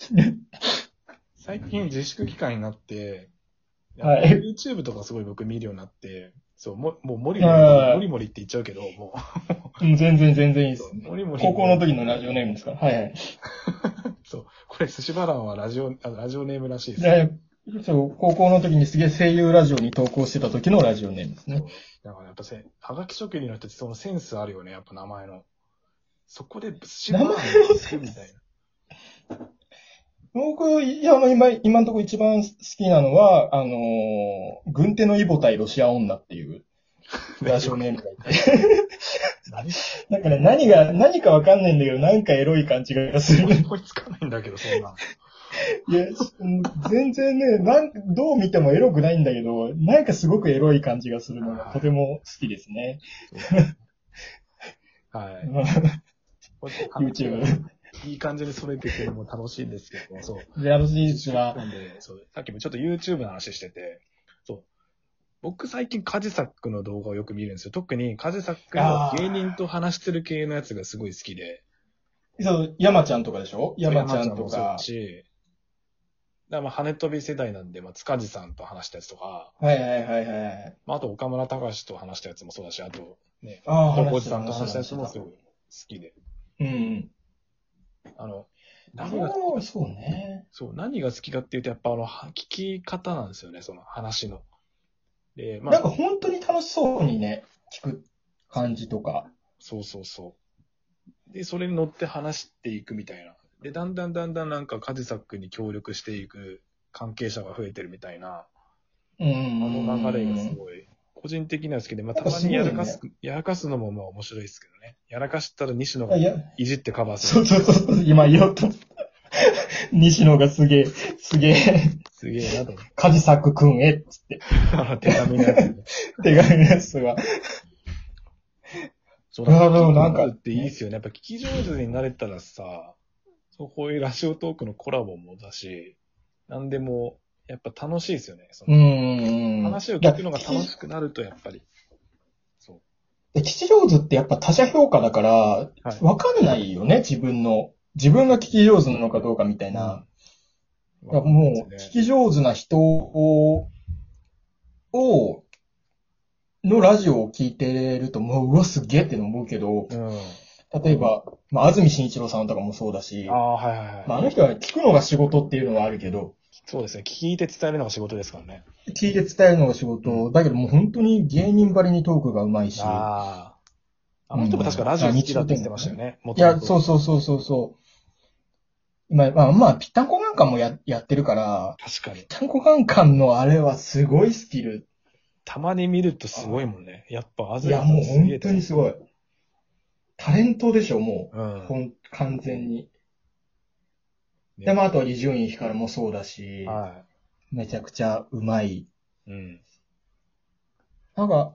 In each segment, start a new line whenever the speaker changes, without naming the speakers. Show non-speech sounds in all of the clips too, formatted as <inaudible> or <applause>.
<laughs> 最近自粛期間になって、
はい
YouTube とかすごい僕見るようになって、そう、ももうモリモリ、
はい
モリモリって言っちゃうけど、も
うん、全然全然いいです。
う、モリモリ。
高校の時のラジオネームですから。はいはい。
<laughs> そう、これ寿司バランはラジオ、あラジオネームらしいです。
で、そう、高校の時にすげえ声優ラジオに投稿してた時のラジオネームですね。
だからやっぱせ、はがき職人の人ってそのセンスあるよね、やっぱ名前の。そこで寿司
名前のセンス
み <laughs> たいな。
僕、いや、あの、今、今のところ一番好きなのは、あのー軍手のイボ対ロシア女っていうラジオネームがい <laughs> て。
何
なんかね、何が、何かわかんないんだけど、なんかエロい感じがする。
思いつかないんだけど、そんな。
いや、うん全然ね、なん、どう見てもエロくないんだけど、なんかすごくエロい感じがするのがとても好きですね。 <laughs>
はい。
YouTube。
いい感じにそれていくのも楽しいんですけど、そう。
で、私は、
なんで、そう、さっきもちょっと YouTube の話してて、そう。僕最近カジサックの動画をよく見るんですよ。特にカジサックの
あー
芸人と話してる系のやつがすごい好きで。
そう、山ちゃんとかでしょ山ちゃん
山
と
もそうだ
か。
し、だからまあ、跳ね飛び世代なんで、まあ、塚地さんと話したやつとか、
はいはいはいはい。
まあ、あと岡村隆史と話したやつもそうだし、あと、ね、
ああ、
高
話
おじ
して
さ
た
んと話したやつも
話し
す
て
ごい好きで。
たうん。
あの、
あ
何が好き
あ、そうね。
そう、何が好きかっていうと、やっぱあの、は聞き方なんですよね、その話の。で、ま
なん
あ、
か本当に楽しそうにね、聞く感じとか。
そうそうそう。で、それに乗って話していくみたいな。で、だんだんだんだんなんか、カジサックに協力していく関係者が増えてるみたいな、
う
あ
んうんうん。
の流れがすごい、個人的には好きで、まあ、
なん
た
か
ます
ご
に
いね
やらかす、やらかすのもまあ面白いですけどね。やらかしたら西野
あ
が
いや、
いじってカバーす
そ
る。
うそうそうそう、今言おうと。 <laughs> 西野がすげえ、すげえ。
すげえなと思 <laughs>
カジサックくんへ、つって、
って。手紙のやつ。
手紙のやつが。
そう
なるほど
なん
な
か。
んか
っていいですよね。やっぱ聞き上手になれたらさ、そうこういうラジオトークのコラボもだし、なんでも、やっぱ楽しいですよね。その
ん
話を聞くのが楽
い
しくなると、やっぱり。そ
や。吉祥図ってやっぱ他者評価だから、
う。はい。
わかんないよね、自分の。自分が聞き上手なのかどうかみたいな。いやもう、聞き上手な人を、を、のラジオを聞いてると、もう、うわ、すげえって思うけど、
うん。
例えば、まあ、安住紳一郎さんとかもそうだし、
ああ、はいはいはい。
まあ、あの人は聞くのが仕事っていうのはあるけど、
そうですね。聞いて伝えるのが仕事ですからね。
聞いて伝えるのが仕事、だけどもう本当に芸人ばりにトークが上手いし。い
ああ。あの人も確かラジオ好きだって言ってましたよね。もともと
や、そうそうそうそうそう。今、まあまあ、ぴったんこカンカンもややってるから、
確かに。
ぴったんこカンカンのあれはすごいスキル。
たまに見るとすごいもんね。やっぱ、あ
い
ず
や、もう本当にすごい。タレントでしょ、も
う
う。
ん。
ほん、完全に。
ね
で、まあ、あとは伊集院光もそうだし、
は
めちゃくちゃ上手い。
い。うん。
なんか、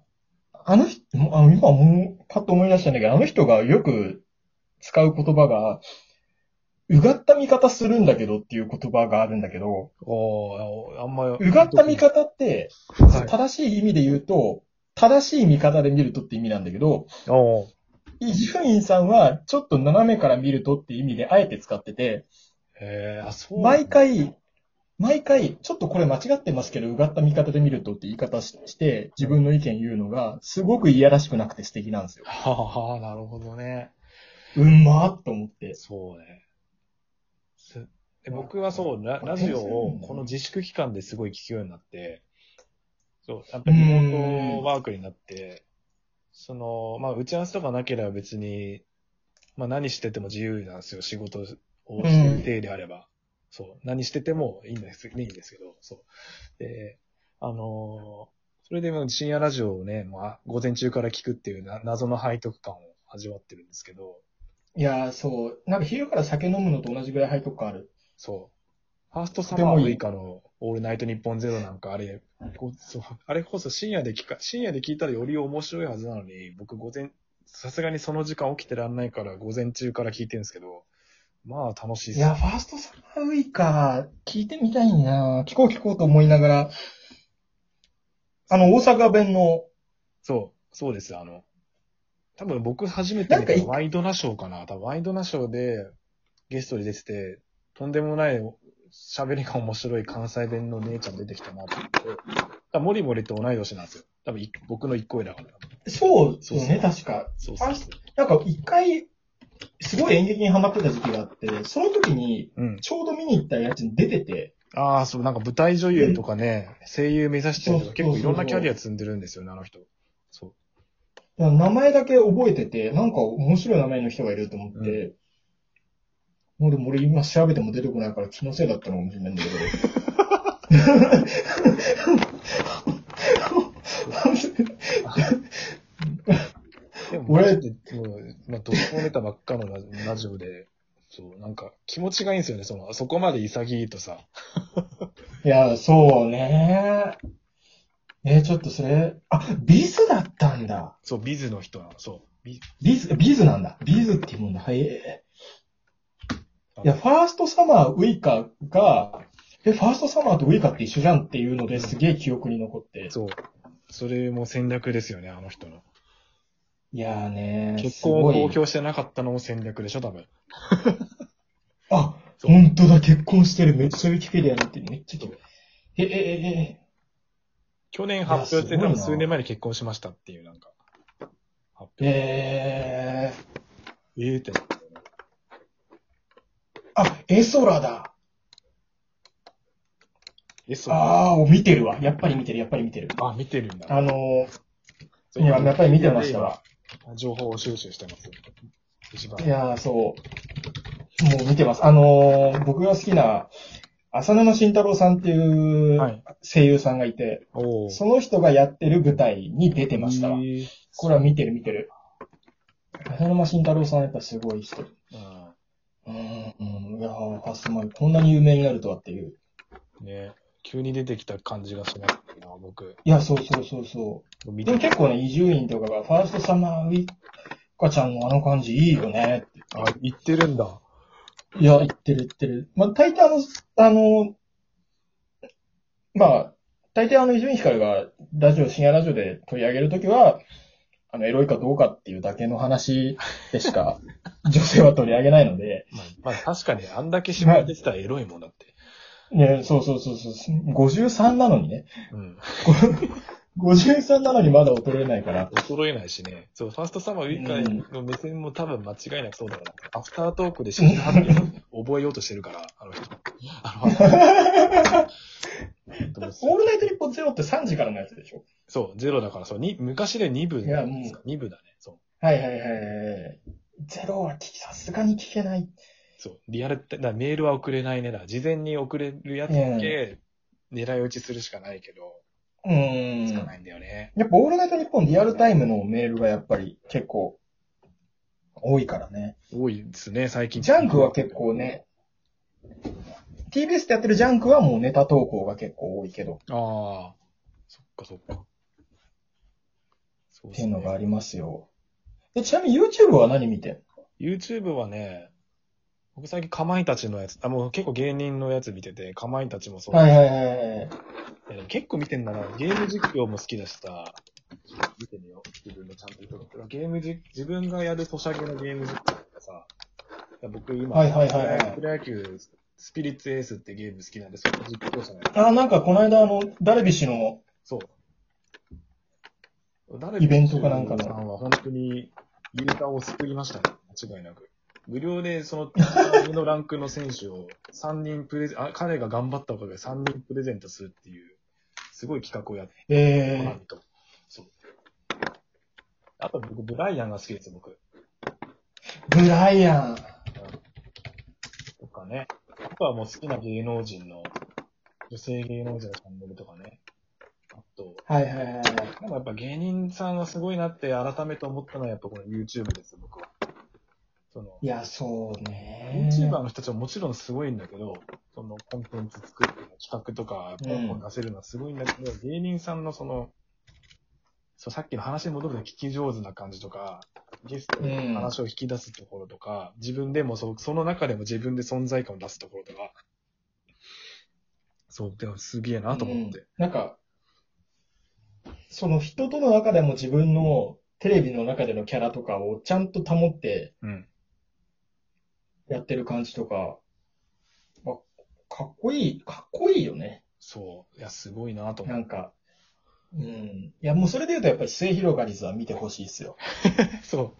あの人、もうあの今もう、パッと思い出したんだけど、あの人がよく使う言葉が、うがった見方するんだけどっていう言葉があるんだけど、
おーあんま
うがった見方って、
はい
正しい意味で言うと、正しい見方で見るとって意味なんだけど、
おー
伊集院さんはちょっと斜めから見るとって意味であえて使ってて、
へえあ、そう。
毎。回、毎回、ちょっとこれ間違ってますけど、うがった見方で見るとって言い方しして、自分の意見言うのが、すごくいやらしくなくて素敵なんですよ。
はあ、なるほどね。
うんまーっと思って。
そうね。すで僕はそうラ、ラジオをこの自粛期間ですごい聞くようになって、そう、やっぱリモートワークになって、その、まあ、打ち合わせとかなければ別に、まあ、何してても自由なんですよ。仕事をしてる体であれば。そう、何しててもいいんです、いいんですけど、そう。で、あのーそれでも深夜ラジオをね、もうあ午前中から聞くっていうな謎の背徳感を味わってるんですけど、
いやー、そう。なんか昼から酒飲むのと同じぐらい背徳感ある。
そう。ファーストサマーウイカのオールナイトニッポンゼロなんかあれ、こうそうあれこそ深夜で聞か、深夜で聞いたらより面白いはずなのに、僕午前、さすがにその時間起きてらんないから午前中から聞いてるんですけど、まあ楽しいっ
い
す。
や、ファーストサマーウイカ、聞いてみたいな聞こう聞こうと思いながら、あの、大阪弁の、
そう、そうです、あの、多分僕初めて見
なんか
た
い
ワイドナショーかな。多分ワイドナショーでゲストで出てて、とんでもない喋りが面白い関西弁の姉ちゃん出てきたなと思って。だからモリモリと同い年なんですよ。多分い僕の一個上だから。
そうです
そう
ね、確か。
そうそうそう。
なんか一回、すごい演劇にハマってた時期があって、その時に、
うん。
ちょうど見に行ったやつに出てて、
ああ、そう、なんか舞台女優とかね、声優目指してるとか結構いろんなキャリア積んでるんですよね、あの人。そう。
名前だけ覚えてて、なんか面白い名前の人がいると思って、もうでも俺今調べても出てこないから気のせいだったのかもしれないんだけど。
でも、
俺
俺って、もう、まあ、どこネタばっかのラジラジオで、そう、なんか、気持ちがいいんですよね、その、そこまで潔いとさ。
いや、そうね。えーちょっとそれ、あ、ビズだったんだ。
そう、ビズの人なの、そう。ビ
ビズ、ビズなんだ。ビズっていうもんだ。はい。えーいや、ファーストサマーウイカが、え、ファーストサマーとウイカって一緒じゃんっていうのですげえ記憶に残って。
そう。それも戦略ですよね、あの人の。
いやーね
結婚を公
すごい
表してなかったのも戦略でしょ、多分。
あ、
そう
本当だ、結婚してる。めっちゃウィキペディアになってる。めっちゃ聞く。え、え、え、え、
去年発表して、多
いやすごい
分
な
数年前に結婚しましたっていう、なんか、発
え、
表。
えー、
ええってなったよね。
あ、エソラだ。
え、そう。あ、
あー、見てるわ。やっぱり見てる、やっぱり見てる。
見てるんだ。
あの
そう
ー、いや、やっぱり見てましたわ。。
今情報を収集してます。一番。
いやー、そう。もう見てます。あのー、僕が好きな、浅沼慎太郎さんってい
は
う
い。
声優さんがいて、
おお。
その人がやってる舞台に出てましたわ
え。ー
これは見てる見てる。浅沼慎太郎さんやっぱすごい人。
うん。
うん、うんいやー、ファーストマン、こんなに有名になるとはっていう。
ね急に出てきた感じがしますな、僕。
いや、そうそうそうそ
見
う。
て
でも結構ね、伊集院とかが、ファーストサマーウイカちゃんのあの感じいいよねって。
あ、言ってるんだ。
いや、言ってる言ってる。まあ、大抵あの、あの、まあ、大抵あの、伊集院光が、ラジオ、深夜ラジオで取り上げるときは、あの、エロいかどうかっていうだけの話でしか、女性は取り上げないので、
まあ、まあ、確かに、あんだけ絞られてたらエロいもんだって。
ね、そうそうそうそう、53なのにね、
うん。
53なのにまだ衰えないから、
衰えないしね。そう、ファーストサマーウィーカーの目線も多分間違いなくそうだろうな。アフタートークで真犯人を覚えようとしてるから、あの
<laughs>
人。
<laughs>
あの
オールナイトニッポンゼロって3時からのやつでしょ
そう、ゼロだから、そう、に昔で2部
いやもう
2部だね。そう。
はいはいはいはい。ゼロは聞きさすがに聞けない。
そう、リアルって、だからメールは送れないねだ。事前に送れるやつだけ狙い撃ちするしかないけど、
うーん。
つかな
や
いんだよね。
っぱオールナイトニッポンリアルタイムのメールがやっぱり結構多いからね。
多いですね、最近。
ジャンクは結構。ね、TBS でやってるジャンクはもうネタ投稿が結構多いけど、
ああ、そっかそっか。そう
っ
で
て
す
いう
ね
のがありますよ。でちなみに YouTube は何見てんの
YouTube はね、僕最近かまいたちのやつ、あ、もう結構芸人のやつ見てて、かまいたちもそうだ
は
し
いはいはいはい。
いやでも結構見てんだな。ゲーム実況も好きだしさ。見てみよう。自分のちゃんと言うとこゲームじ、自分がやるソシャゲのゲーム実況とかさ。いや僕今、
はいはいはいはい
プロ野球、スピリッツエースってゲーム好きなんで、その実況者のやつ。
あ、なんかこの間あの、ダルビッシュの、
そう。誰
イベントかなんかの
さんは本当に、ユーザーを救いましたね。間違いなく。無料で、その、上のランクの選手を3人プレゼン、あ、彼が頑張ったおかげで3人プレゼントするっていう、すごい企画をやってコナ
え
ミと。そう。あと僕、ブライアンが好きです、僕。
ー、ブライアン。
とかね。あとはもう好きな芸能人の、女性芸能人のチャンネルとかね。あと、
はいはいはいはい。
なんかやっぱ芸人さんがすごいなって改めて思ったのはやっぱこの YouTube です、僕は。その
い、や、そうね。
YouTuber の人たちはもちろんすごいんだけど、そのコンテンツ作る企画とか、ポンポン出せるのはすごいんだけど、芸人さんのその、そう、さっきの話に戻ると聞き上手な感じとか、ゲストの話を引き出すところとか、自分でもそ、その中でも自分で存在感を出すところとか、そう、でもすげえなと思って。
うんなんか、その人との中でも自分のテレビの中でのキャラとかをちゃんと保って
うん。
やってる感じとか、こいい、かっこいいよね。
そう。いや、すごいなと思
な
っ
んか。うん。いや、もうそれで言うとやっぱり末広がりずは見てほしいっすよ。
て。
<laughs>
そう。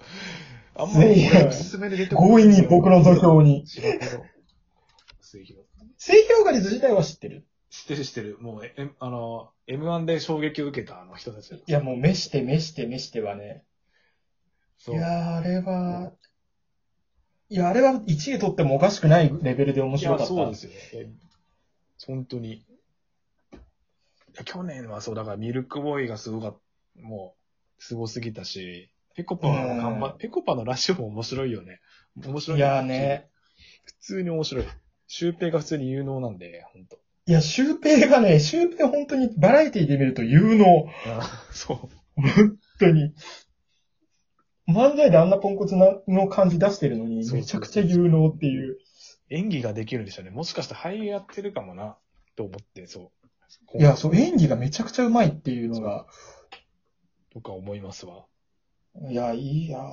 あんまり俺おすすめで出てこない
強引に僕の土俵に。
知らんけど。末
<laughs>
広
末広がりず自体は知ってる。
知ってる知ってる。もう、え、あの、M1 で衝撃を受けたあの人たちだよ
いや、もう、飯して飯して飯してはね。い
そう。
やー、あれは、いや、あれは1位取ってもおかしくないレベルで面白かった。
いやそうですよね。え本当に。いや去年はそう、だからミルクボーイがすごかった、もう、すごすぎたし、ペコパの看板
うん
ペコパのラジオも面白いよね。面白い。
いやーね。
普通に面白い。シュウペイが普通に有能なんで、本当。
いや、シュウペイがね、シュウペイ本当にバラエティで見ると有能。本
あそう。
当に。漫才であんなポンコツなの感じ出してるのに、
そう
めちゃくちゃ有能っていう。
演技ができるんでしょうね。もしかして俳優やってるかもな、と思って、そう。
いや、そう、演技がめちゃくちゃうまいっていうのが、
とか思いますわ。
いや、いいや、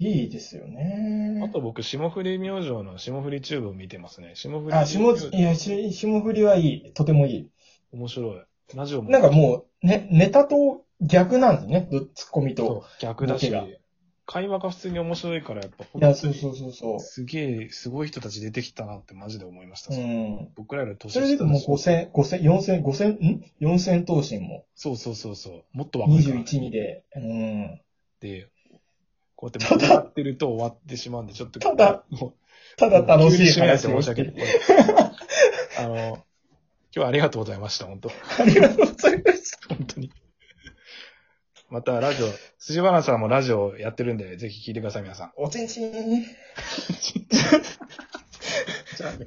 いいですよね。
あと僕、霜降り明星の霜降りチューブを見てますね。霜降り。
あ、霜、いや、し霜降りはいい。とてもい
面白い。ラジオ
い。
も。
なんかもう、ね、ネタと逆なんですね。どツッコミと。
そう逆だし
ボケが、
会話が普通に面白いから、やっぱ、
いや、そうそうそうそ
すげえ、すごい人たち出てきたなってマジで思いました。
う。うん。
僕らより年
そ
下
れ
だ
で言う
し
ともう5000、5000、4000、5000、ん ?4000 頭身も。
そうそうそうそう。もっと若いから
21、2で。うん。
で、こうや
た
って盛
だ
り上がってると終わってしまうんで、ちょっと。
ただ
も
た
う、
だ楽しい
急に締められ
話
て申
をし
して訳ない。これあの、今日はありがとうございました、本当
ありがとうございます。
本当に。またラジオ、辻原さんもラジオやってるんで、ぜひ聞いてください、皆さん。
おちんちん。
じゃあね